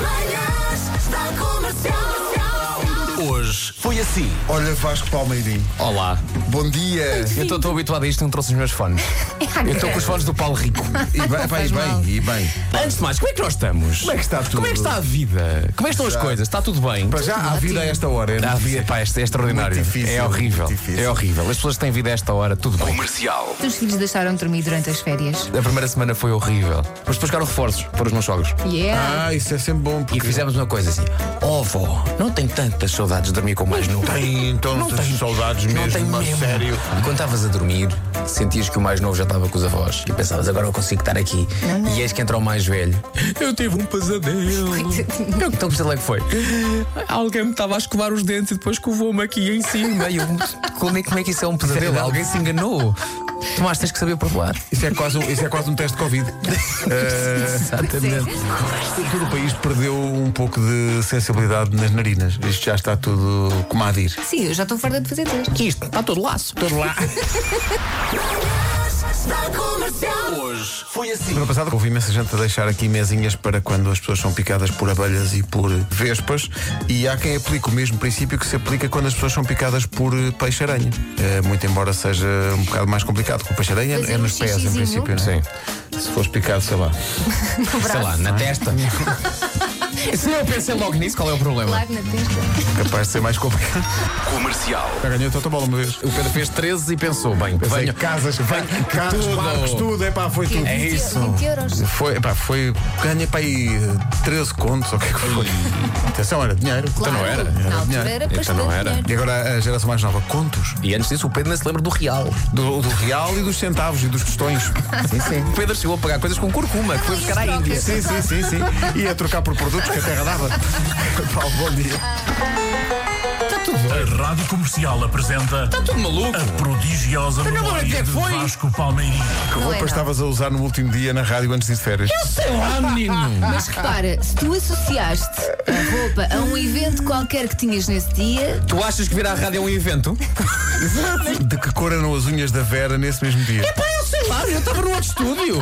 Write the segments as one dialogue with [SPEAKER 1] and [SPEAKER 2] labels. [SPEAKER 1] Manhãs da Comercial.
[SPEAKER 2] Hoje foi assim.
[SPEAKER 3] Olha Vasco Palmeirim,
[SPEAKER 2] Olá.
[SPEAKER 3] bom dia.
[SPEAKER 2] Eu estou habituado a isto, não trouxe os meus fones.
[SPEAKER 4] É
[SPEAKER 2] Eu estou com os fones do Paulo Rico.
[SPEAKER 3] E bem, bem,
[SPEAKER 4] faz
[SPEAKER 3] e bem,
[SPEAKER 4] mal.
[SPEAKER 3] e bem.
[SPEAKER 2] Antes de mais, como é que nós estamos? Como
[SPEAKER 3] é que está tudo?
[SPEAKER 2] Como é que está a vida? Como é que estão as coisas? Está tudo bem?
[SPEAKER 3] Para já há vida a esta hora. é
[SPEAKER 2] A
[SPEAKER 3] muito
[SPEAKER 2] vida, pá, é é extraordinário.
[SPEAKER 3] Muito difícil,
[SPEAKER 2] é horrível.
[SPEAKER 3] muito difícil.
[SPEAKER 2] É horrível. As pessoas têm vida a esta hora, tudo bem.
[SPEAKER 4] Teus filhos deixaram de dormir durante as férias.
[SPEAKER 2] A primeira semana foi horrível. Mas depois chegaram reforços para os meus sogros.
[SPEAKER 4] Yeah.
[SPEAKER 3] Ah, isso é sempre bom.
[SPEAKER 2] E
[SPEAKER 3] Porque...
[SPEAKER 2] fizemos uma coisa assim: Ó vó, não tenho tantas saudades de dormir como mais novo.
[SPEAKER 3] Tem, então,
[SPEAKER 2] não
[SPEAKER 3] tantas
[SPEAKER 2] tenho
[SPEAKER 3] saudades
[SPEAKER 2] Não
[SPEAKER 3] mesmo,
[SPEAKER 2] tenho
[SPEAKER 3] a
[SPEAKER 2] mesmo.
[SPEAKER 3] sério.
[SPEAKER 2] E quando estavas a dormir, sentias que o mais novo já estava com os avós e pensavas, agora eu consigo estar aqui. E eis que entra o mais velho. Então, Eu tive um pesadelo. Eu que estou a perceber que foi. Alguém me estava a escovar os dentes e depois covou-me aqui em cima. E eu, como, é, como é que isso é um pesadelo? Alguém se enganou. Tomás, tens que saber provar.
[SPEAKER 3] Isso é quase um, isso é quase um teste de Covid.
[SPEAKER 2] Exatamente.
[SPEAKER 4] é. Ah,
[SPEAKER 3] Todo o país perdeu um pouco de sensibilidade nas narinas. Isto já está tudo como a adir.
[SPEAKER 4] Sim, eu já estou farta de fazer teste.
[SPEAKER 2] Que isto está todo laço. Todo lá.
[SPEAKER 1] Manhãs da Comercial.
[SPEAKER 3] Semana passada houve imensa gente a deixar aqui mesinhas para quando as pessoas são picadas por abelhas e por vespas. E há quem aplique o mesmo princípio que se aplica quando as pessoas são picadas por eh, peixe-aranha. Eh, muito embora seja um bocado mais complicado, porque o peixe-aranha
[SPEAKER 4] Fazer
[SPEAKER 3] é
[SPEAKER 4] um
[SPEAKER 3] nos pés, em
[SPEAKER 4] xixizinho.
[SPEAKER 3] princípio, não é? Se fores picado, sei lá.
[SPEAKER 2] Sei lá, na testa. Se eu pensei logo nisso, qual é o problema?
[SPEAKER 4] Live na testa.
[SPEAKER 3] Capaz de ser mais complicado. Comercial. Já ganhou a bola uma vez.
[SPEAKER 2] O Pedro fez 13 e pensou, bem,
[SPEAKER 3] Pensei,
[SPEAKER 2] venho.
[SPEAKER 3] casas, vem, carros,
[SPEAKER 2] Tudo.
[SPEAKER 3] barcos, tudo. Epá, foi tudo.
[SPEAKER 2] É isso.
[SPEAKER 4] 20 euros.
[SPEAKER 3] Foi, epá, foi. Ganhei para aí eh, 13 contos, ou o que é que foi? Atenção, era dinheiro. Então
[SPEAKER 4] Claro,
[SPEAKER 2] Então não era.
[SPEAKER 4] Na
[SPEAKER 3] Era
[SPEAKER 4] altura
[SPEAKER 3] dinheiro.
[SPEAKER 4] era para
[SPEAKER 2] Então não
[SPEAKER 4] estudar
[SPEAKER 2] era.
[SPEAKER 4] dinheiro.
[SPEAKER 3] E agora a geração mais nova, contos?
[SPEAKER 2] E antes disso, o Pedro nem se lembra do real.
[SPEAKER 3] Do, do real e dos centavos e dos questões. Sim,
[SPEAKER 2] O Pedro chegou a pagar coisas com curcuma, que foi buscar à Índia.
[SPEAKER 3] Sim, sim, sim, sim. E a trocar por produtos que a terra dava. Paulo, bom dia.
[SPEAKER 5] A Rádio Comercial apresenta
[SPEAKER 2] Está tudo maluco.
[SPEAKER 5] a prodigiosa
[SPEAKER 2] Então não vou
[SPEAKER 5] memória
[SPEAKER 2] dizer
[SPEAKER 5] de
[SPEAKER 2] que foi.
[SPEAKER 5] Vasco Palmeirinho.
[SPEAKER 3] Que roupa
[SPEAKER 4] não.
[SPEAKER 3] estavas a usar no último dia na rádio antes de ir de férias?
[SPEAKER 2] Sei lá, menino.
[SPEAKER 4] Mas repara, se tu associaste a roupa a um evento qualquer que tinhas nesse dia,
[SPEAKER 2] Tu achas que vir à rádio é um evento?
[SPEAKER 3] De que cor eram as unhas da Vera nesse mesmo dia?
[SPEAKER 2] Pá, eu sei
[SPEAKER 3] Ah,
[SPEAKER 2] lá, eu estava no outro estúdio.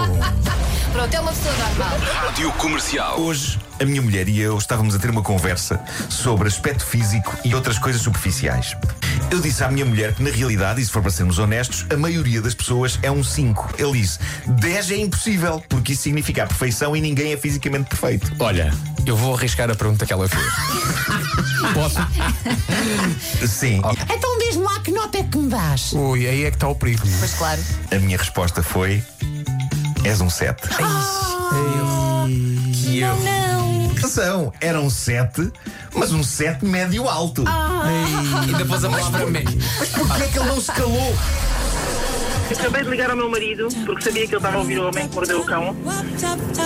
[SPEAKER 4] pronto, é uma pessoa normal.
[SPEAKER 6] Hoje, a minha mulher e eu estávamos a ter uma conversa sobre aspecto físico e outras coisas superficiais. Eu disse à minha mulher que, na realidade, e se for para sermos honestos, a maioria das pessoas é um 5. Ele disse: 10 é impossível, porque isso significa a perfeição e ninguém é fisicamente perfeito.
[SPEAKER 2] Olha, eu vou arriscar a pergunta que ela fez. Posso?
[SPEAKER 6] Sim.
[SPEAKER 7] Então diz-me lá que nota é que me dás.
[SPEAKER 3] Ui, aí é que está o perigo.
[SPEAKER 4] Mas claro,
[SPEAKER 6] A minha resposta foi: és um 7.
[SPEAKER 2] Ah. Que eu.
[SPEAKER 6] Atenção, era um 7, mas um 7 médio-alto.
[SPEAKER 2] Ah. Ainda pôs a palavra média.
[SPEAKER 6] Mas porquê é que ele não se calou?
[SPEAKER 8] Acabei de ligar ao meu marido, porque sabia que ele estava a ouvir o homem que mordeu o cão.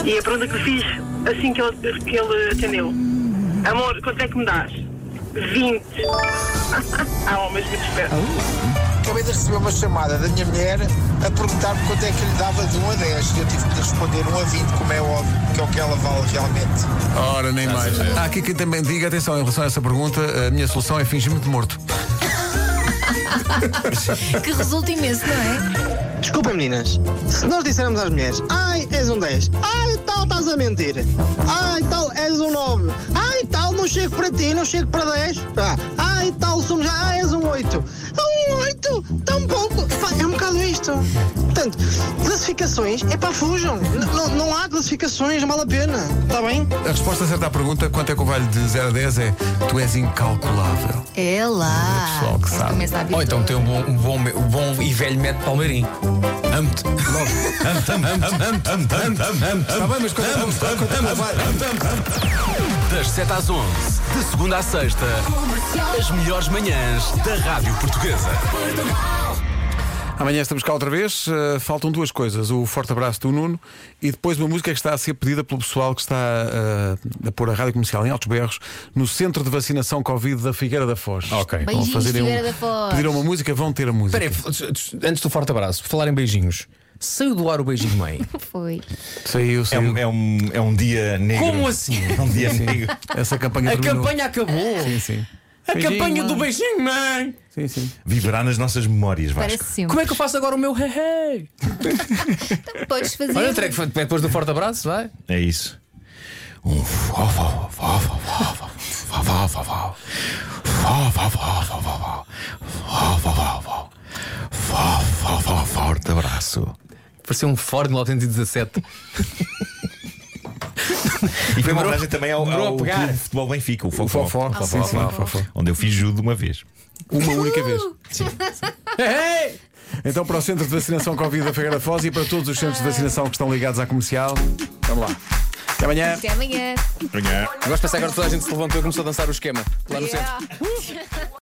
[SPEAKER 8] E a pergunta que lhe fiz, assim que ele, que ele atendeu: Amor, quanto é que me dás? 20. Há homens muito espertos.
[SPEAKER 9] Acabei de receber uma chamada da minha mulher a perguntar-me quanto é que lhe dava de 1 a 10 e eu tive de responder 1 a 20, como é óbvio, que é o que ela vale realmente.
[SPEAKER 3] Ora, nem mais. Há aqui quem também diga, atenção, em relação a essa pergunta, a minha solução é fingir-me de morto.
[SPEAKER 4] que resulta imenso, não é?
[SPEAKER 10] Desculpa, meninas. Se nós dissermos às mulheres, ai, és um 10, ai, tal, estás a mentir, ai, tal, és um 9, ai, tal, não chego para ti, não chego para 10, pá. ai, tal, somos, ai, és um 8, um 8, tão pouco, Pá, é um bocado isto. Portanto, classificações, é pá, fujam, N- não- não há classificações, não vale a pena, está bem?
[SPEAKER 3] A resposta certa à pergunta, quanto é que eu valho de 0 a 10 é tu és incalculável.
[SPEAKER 4] É lá.
[SPEAKER 3] Pessoal que
[SPEAKER 4] Mas
[SPEAKER 3] sabe.
[SPEAKER 4] começa a
[SPEAKER 2] Ou
[SPEAKER 4] habituar.
[SPEAKER 2] então tem um bom, um bom, um bom e velho método palmeirim. Amo-te.
[SPEAKER 3] Está bem, mas quanto é que eu- quanto é que eu valho?
[SPEAKER 11] Das 7 às 11, de segunda à sexta, as melhores manhãs da Rádio Portuguesa.
[SPEAKER 3] Amanhã estamos cá outra vez. Eh, faltam duas coisas: o forte abraço do Nuno e depois uma música que está a ser pedida pelo pessoal que está eh, a pôr a rádio comercial em Altos Berros no centro de vacinação Covid da Figueira da Foz.
[SPEAKER 2] Ok.
[SPEAKER 3] Vão um-
[SPEAKER 4] Beijinhos, Figueira da Foz.
[SPEAKER 3] Pediram uma música, vão ter a música.
[SPEAKER 2] Peraí, antes do forte abraço, por falar em beijinhos. Saiu do ar o beijinho mãe.
[SPEAKER 4] Foi.
[SPEAKER 3] Saiu,
[SPEAKER 6] É
[SPEAKER 3] saiu.
[SPEAKER 6] um, é um, é um dia negro.
[SPEAKER 2] Como assim?
[SPEAKER 6] É um dia negro.
[SPEAKER 3] Essa campanha
[SPEAKER 2] A
[SPEAKER 3] terminou.
[SPEAKER 2] campanha acabou.
[SPEAKER 3] Sim, sim.
[SPEAKER 2] A
[SPEAKER 3] Beijinho,
[SPEAKER 2] campanha do
[SPEAKER 3] mãe.
[SPEAKER 2] beijinho mãe.
[SPEAKER 3] Sim, sim.
[SPEAKER 6] Viverá nas nossas memórias, Vasco.
[SPEAKER 4] Parece sempre.
[SPEAKER 2] Como é que eu faço agora o meu hey, hey?
[SPEAKER 4] Podes fazer.
[SPEAKER 2] Olha, entrei que foi depois do forte abraço, vai.
[SPEAKER 6] É isso.
[SPEAKER 12] Um vó, vó, vó, vó, vó, vó, vó, vó, vó, vó. Vó, vó, vó, vó, vó, vó. Vó, vó, vó, vó. Vó, vó, vó, forte abraço.
[SPEAKER 2] Pareceu um Ford 917.
[SPEAKER 6] E foi uma
[SPEAKER 2] Demorou-
[SPEAKER 6] homenagem também ao,
[SPEAKER 2] demorou
[SPEAKER 6] ao
[SPEAKER 2] a pegar.
[SPEAKER 6] clube de futebol Benfica, o Fofó.
[SPEAKER 2] O Fofó, Ao sim, sim, Fofó. Fofó.
[SPEAKER 6] Onde eu fiz judo uma vez.
[SPEAKER 3] Uma única vez.
[SPEAKER 4] Uh,
[SPEAKER 3] Então, para o Centro de Vacinação Covid da Figueira da Foz e para todos os centros de vacinação que estão ligados à comercial, vamos lá. Até amanhã.
[SPEAKER 4] Até amanhã.
[SPEAKER 2] Eu gosto de pensar que agora toda a gente se levantou e começou a dançar o esquema lá no centro.
[SPEAKER 4] Yeah.